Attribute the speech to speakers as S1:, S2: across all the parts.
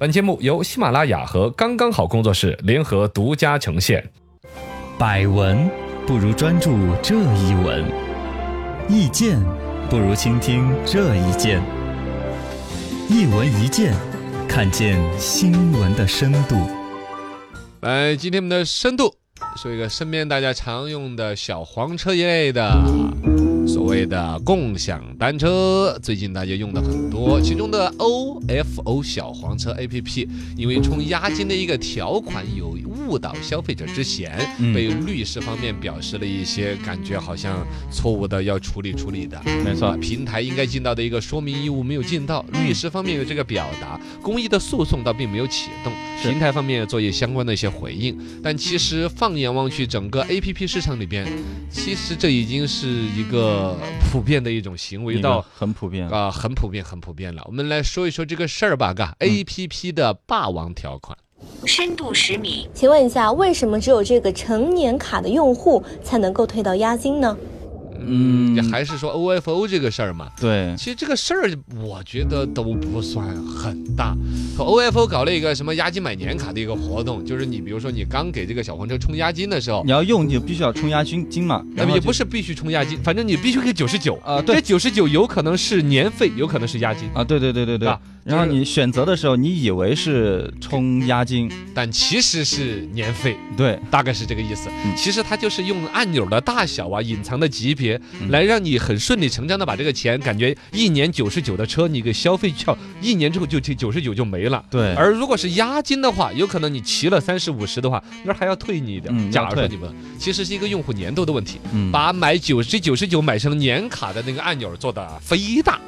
S1: 本节目由喜马拉雅和刚刚好工作室联合独家呈现。
S2: 百闻不如专注这一闻，意见不如倾听这一见。一闻一见，看见新闻的深度。
S3: 来，今天我们的深度说一个身边大家常用的小黄车一类的所谓的共享单车，最近大家用的很多。其中的 OFO 小黄车 APP，因为冲押金的一个条款有误导消费者之嫌，
S2: 嗯
S3: 被律师方面表示了一些感觉好像错误的要处理处理的。
S2: 没
S3: 啊，，平台应该尽到的一个说明义务没有尽到，律师方面有这个表达，公益的诉讼倒并没有启动，
S2: 是
S3: 平台方面做一些相关的一些回应。但其实放眼望去，整个 A P P 市场里边，其实这已经是一个普遍的一种行为，到
S2: 很普遍。
S3: 啊、很普遍很普遍了。我们来说一说这个事儿吧，嘎，A
S2: 嗯
S3: P P 的霸王条款。
S4: 深度十米。
S5: 请问一下，为什么只有这个成年卡的用户才能够退到押金呢？
S2: 嗯
S3: 也还是说 O F O 这个事儿嘛，
S2: 对，
S3: 其实这个事儿，我觉得都不算很大。可 OFO 搞了一个什么押金买年卡的一个活动，就是你比如说你刚给这个小黄车充押金的时候
S2: 你，要用你就必须要充押金金嘛，嗯然
S3: 那么
S2: 后
S3: 也
S2: 就
S3: 不是必须充押金，反正你必须给九十九。
S2: 啊，对
S3: 这九十九有可能是年费，有可能是押金，
S2: 啊，对对对对对
S3: 啊。
S2: 然后
S3: 就是
S2: 你选择的时候，你以为是充押金，
S3: 但其实是年费，
S2: 对，
S3: 大概是这个意思
S2: 嗯。
S3: 其实它就是用按钮的大小啊、隐藏的级别
S2: 嗯
S3: 来让你很顺理成章的把这个钱，感觉一年九十九的车你给消费掉，一年之后就这九十九就没了。
S2: 对
S3: 而如果是押金的话，有可能你骑了三十五十的话，那还要退你一点。
S2: 嗯
S3: 假
S2: 要
S3: 如
S2: 退
S3: 说你问，其实是一个用户粘度的问题，
S2: 嗯，
S3: 把买九十九十九买成年卡的那个按钮做的非大，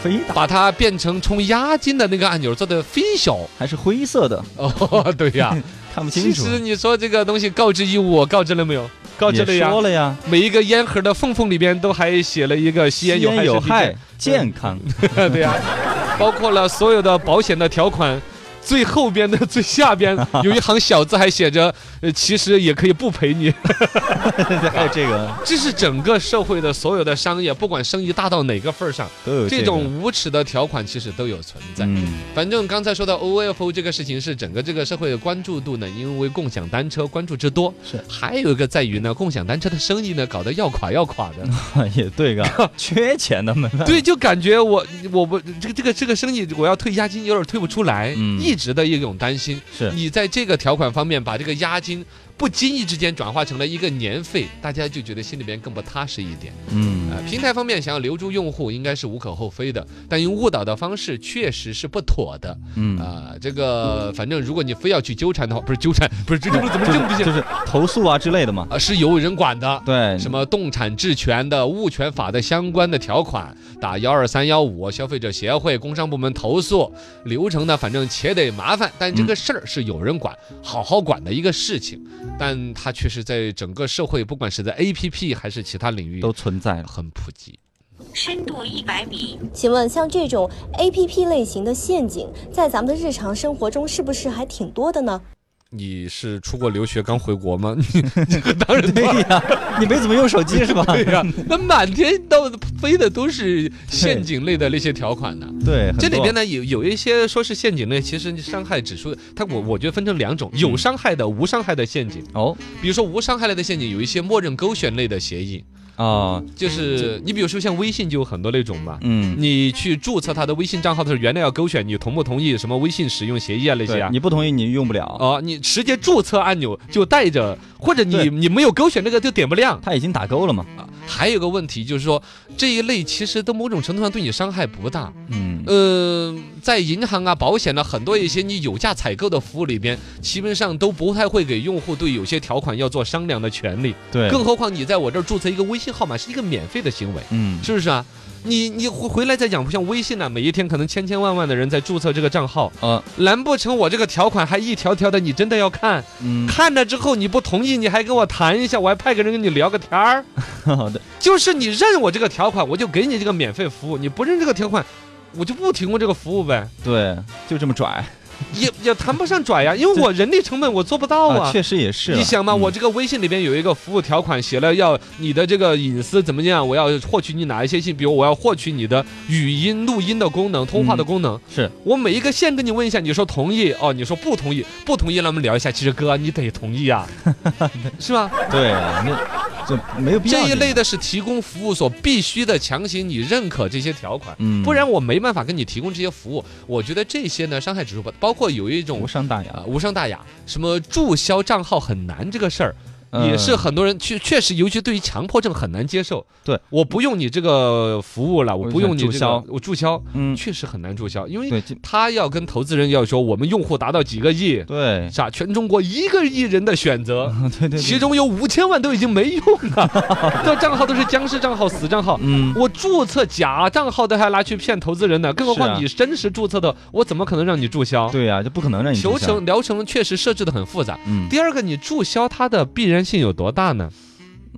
S2: 非打
S3: 把它变成充押金的那个按钮做的非小。
S2: 还是灰色的，
S3: 哦，对呀、
S2: 看不 清
S3: 其
S2: 楚。
S3: 实你说这个东西告知义务，我告知了没有？告知了
S2: 也
S3: 呀。
S2: 说了呀，
S3: 每一个烟盒的缝缝里边都还写了一个吸烟有害
S2: 有
S3: 是必见
S2: 害，健康。
S3: 对呀、包括了所有的保险的条款，最后边的 最下边有一行小字还写着，呃，其实也可以不赔你。
S2: 还有这个
S3: 这是整个社会的所有的商业，不管生意大到哪个份儿上，
S2: 都有
S3: 这
S2: 个
S3: 种无耻的条款其实都有存在。
S2: 嗯
S3: 反正刚才说到 OFO 这个事情，是整个这个社会的关注度呢，因为共享单车关注之多，
S2: 是
S3: 还有一个在于呢，共享单车的生意呢搞得要垮要垮的。
S2: 也对 个缺钱的门
S3: 对，就感觉我我不这个这个这个生意，我要退押金有点退不出来，
S2: 嗯
S3: 一直的一种担心。
S2: 是
S3: 你在这个条款方面把这个押金不经意之间转化成了一个年费，大家就觉得心里边更不踏实一点。
S2: 嗯
S3: 呃，平台方面想要留住用户，应该是无可厚非的，但用误导的方式确实是不妥的。
S2: 嗯，
S3: 啊、这个反正如果你非要去纠缠的话，不是纠缠，不是这种怎么这么不行
S2: 就
S3: 啊、
S2: 是投诉啊之类的嘛。
S3: 是有人管的。
S2: 对，
S3: 什么动产质权的物权法的相关的条款，打幺二三幺五消费者协会、工商部门投诉流程呢，反正且得麻烦，但这个事儿是有人管，好好管的一个事情，但它确实在整个社会，不管是在 A P P 还是其他领域
S2: 都存在了。
S3: 很普及。
S4: 深度一百米，
S5: 请问像这种 A P P 类型的陷阱，在咱们的日常生活中是不是还挺多的呢？
S3: 你是出国留学刚回国 吗？ 你你当然
S2: 对 呀，你没怎么用手机是吧？
S3: 对呀、那满天到飞的都是陷阱类的那些条款呢、
S2: 对，
S3: 这里边
S2: 的
S3: 呢有有一些说是陷阱类，其实伤害指数，它我
S2: 嗯
S3: 我觉得分成两种，有伤害的、无伤害的陷阱。
S2: 哦
S3: 比如说无伤害类的陷阱，有一些默认勾选类的协议，
S2: 啊
S3: 就是你比如说像微信就有很多那种嘛。
S2: 嗯，
S3: 你去注册他的微信账号的时候，原来要勾选你同不同意什么微信使用协议啊那些
S2: 对
S3: 啊，
S2: 你不同意你用不了，
S3: 哦，你直接注册按钮就带着，或者
S2: 对
S3: 你你没有勾选这个就点不亮，
S2: 他已经打勾了嘛。
S3: 啊，还有个问题就是说，这一类其实都某种程度上对你伤害不大。
S2: 嗯，
S3: 呃，在银行啊、保险呢、很多一些你有价采购的服务里边，基本上都不太会给用户对有些条款要做商量的权利。
S2: 对，
S3: 更何况你在我这儿注册一个微信号码是一个免费的行为，
S2: 嗯
S3: 是不是啊？你你回回来再讲，不像微信呢、每一天可能千千万万的人在注册这个账号，
S2: 呃
S3: 难不成我这个条款还一条条的，你真的要看？
S2: 嗯，
S3: 看了之后你不同意，你还跟我谈一下，我还派个人跟你聊个天儿？
S2: 对，
S3: 就是你认我这个条款，我就给你这个免费服务；你不认这个条款，我就不提供这个服务呗。
S2: 对，就这么拽。
S3: 也也谈不上拽呀，因为我人力成本我做不到啊。
S2: 确实也是了。
S3: 你想嘛，
S2: 嗯
S3: 我这个微信里边有一个服务条款，写了要你的这个隐私怎么样，我要获取你哪一些信，比如我要获取你的语音录音的功能、通话的功能。
S2: 嗯是
S3: 我每一个线跟你问一下，你说同意哦，你说不同意，不同意那我们聊一下。其实哥，你得同意 啊，是吧？
S2: 对，那就没有必要
S3: 这一类的是提供服务所必须的，强行你认可这些条款，
S2: 嗯
S3: 不然我没办法跟你提供这些服务。我觉得这些呢，伤害指数不包括有一种
S2: 无伤大雅
S3: 啊、无伤大雅，什么注销账号很难这个事儿。也是
S2: 呃
S3: 很多人确确实，尤其对于强迫症很难接受。
S2: 对，
S3: 我不用你这个服务了，我不用你这个
S2: 注销
S3: 我注销，
S2: 嗯，
S3: 确实很难注销，因为
S2: 对这
S3: 他要跟投资人要说，我们用户达到几个亿，
S2: 对
S3: 啥全中国一个亿人的选择，
S2: 对对对，
S3: 其中有五千万都已经没用 了，这账号都是僵尸账号、死账号。
S2: 嗯
S3: 我注册假账号都还拿去骗投资人呢，更何
S2: 是啊
S3: 况你真实注册的，我怎么可能让你注销？
S2: 对呀，就不可能让你
S3: 流
S2: 注销
S3: 程疗程确实设置的很复杂。
S2: 嗯
S3: 第二个，你注销它的必然性有多大呢？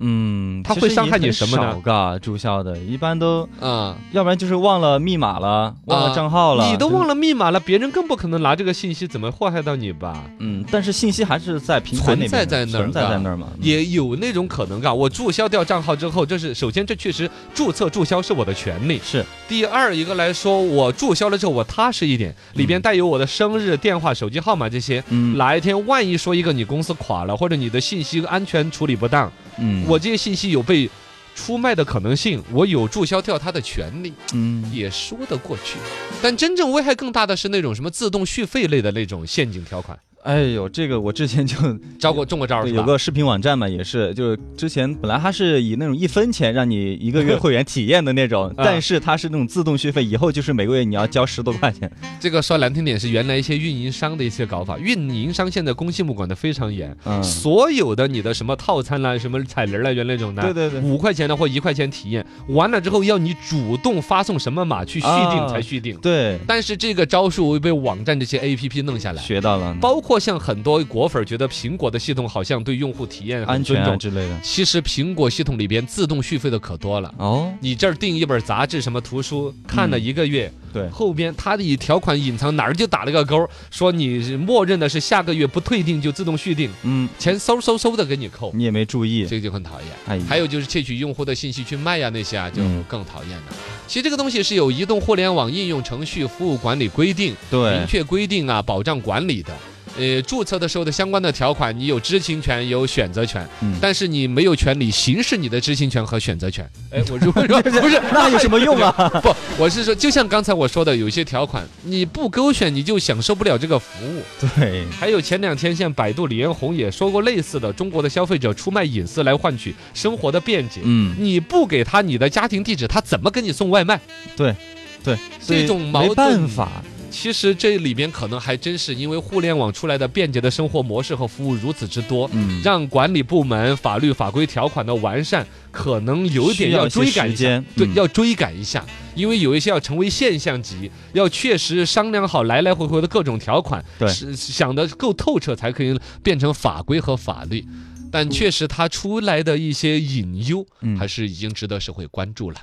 S2: 嗯，
S3: 它
S2: 其
S3: 会
S2: 实
S3: 伤
S2: 也
S3: 害你
S2: 很
S3: 什么呢
S2: 少嘎，注销的，一般都
S3: 啊、
S2: 要不然就是忘了密码了，忘了
S3: 啊
S2: 账号了，
S3: 你都
S2: 就是
S3: 忘了密码了，别人更不可能拿这个信息怎么祸害到你吧？
S2: 嗯，但是信息还是在平台那边
S3: 存在在
S2: 的
S3: 那儿
S2: 存在在
S3: 的
S2: 那儿嘛，嗯
S3: 也有那种可能噶，我注销掉账号之后，这是首先，这确实注册注销是我的权利。
S2: 是
S3: 第二一个来说，我注销了之后，我踏实一点，里边带有我的生日、电话、手机号码这些。
S2: 嗯
S3: 哪一天万一说一个你公司垮了，或者你的信息安全处理不当，
S2: 嗯
S3: 我这些信息有被出卖的可能性，我有注销掉它的权利。
S2: 嗯
S3: 也说得过去，但真正危害更大的是那种什么自动续费类的那种陷阱条款，
S2: 哎呦，这个我之前 就
S3: 招过中过招
S2: 对
S3: 是
S2: 有
S3: 吧？
S2: 个视频网站嘛，也是，就是之前本来它是以那种一分钱让你一个月会员体验的那
S3: 嗯
S2: 种，但是它是那种自动续费，以后就是每个月你要交十多块钱。
S3: 这个说难听点是原来一些运营商的一些搞法，运营商现在公信部管得非常严，
S2: 嗯，
S3: 所有的你的什么套餐啦、什么彩铃啦、原来那种的，
S2: 对对对
S3: 五块钱的或一块钱体验，完了之后要你主动发送什么码去续订
S2: 啊
S3: 才续订，
S2: 对，
S3: 但是这个招数被网站这些 A P P 弄下来。
S2: 学到了
S3: 包括像很多果粉儿觉得苹果的系统好像对用户体验
S2: 安
S3: 很
S2: 全
S3: 尊
S2: 啊
S3: 重，
S2: 之类的。
S3: 其实苹果系统里边自动续费的可多了。
S2: 哦，
S3: 你这儿订一本杂志什么图书，看了一个月，
S2: 嗯对
S3: 后边它的条款隐藏哪儿就打了个勾，说你是默认的是下个月不退订就自动续订，
S2: 嗯，
S3: 钱嗖嗖嗖的给你扣，
S2: 你也没注意。
S3: 这个就很讨厌。
S2: 嗯哎呀，
S3: 还有就是窃取用户的信息去卖呀、那些啊就
S2: 嗯
S3: 更讨厌了。其实这个东西是有《移动互联网应用程序服务管理规定》明
S2: 对，
S3: 确规定啊，保障管理的。呃，注册的时候的相关的条款，你有知情权，有选择权，
S2: 嗯
S3: 但是你没有权利行使你的知情权和选择权。哎，我 如果说不是，
S2: 那有什么用啊？
S3: 不，我是说，就像刚才我说的，有些条款你不勾选，你就享受不了这个服务。
S2: 对，
S3: 还有前两天，像百度李彦宏也说过类似的，中国的消费者出卖隐私来换取生活的便捷。
S2: 嗯，
S3: 你不给他你的家庭地址，他怎么给你送外卖？
S2: 对，对，所以
S3: 这种矛盾
S2: 没办法。
S3: 其实这里边可能还真是因为互联网出来的便捷的生活模式和服务如此之多，
S2: 嗯，
S3: 让管理部门法律法规条款的完善，可能有点
S2: 需要一些
S3: 追赶
S2: 时
S3: 一下，
S2: 间
S3: 对，
S2: 嗯
S3: 要追赶一下，因为有一些要成为现象级，要确实商量好来来回回的各种条款，
S2: 对
S3: 是想得够透彻才可以变成法规和法律。但确实，它出来的一些隐忧，
S2: 嗯
S3: 还是已经值得社会关注了。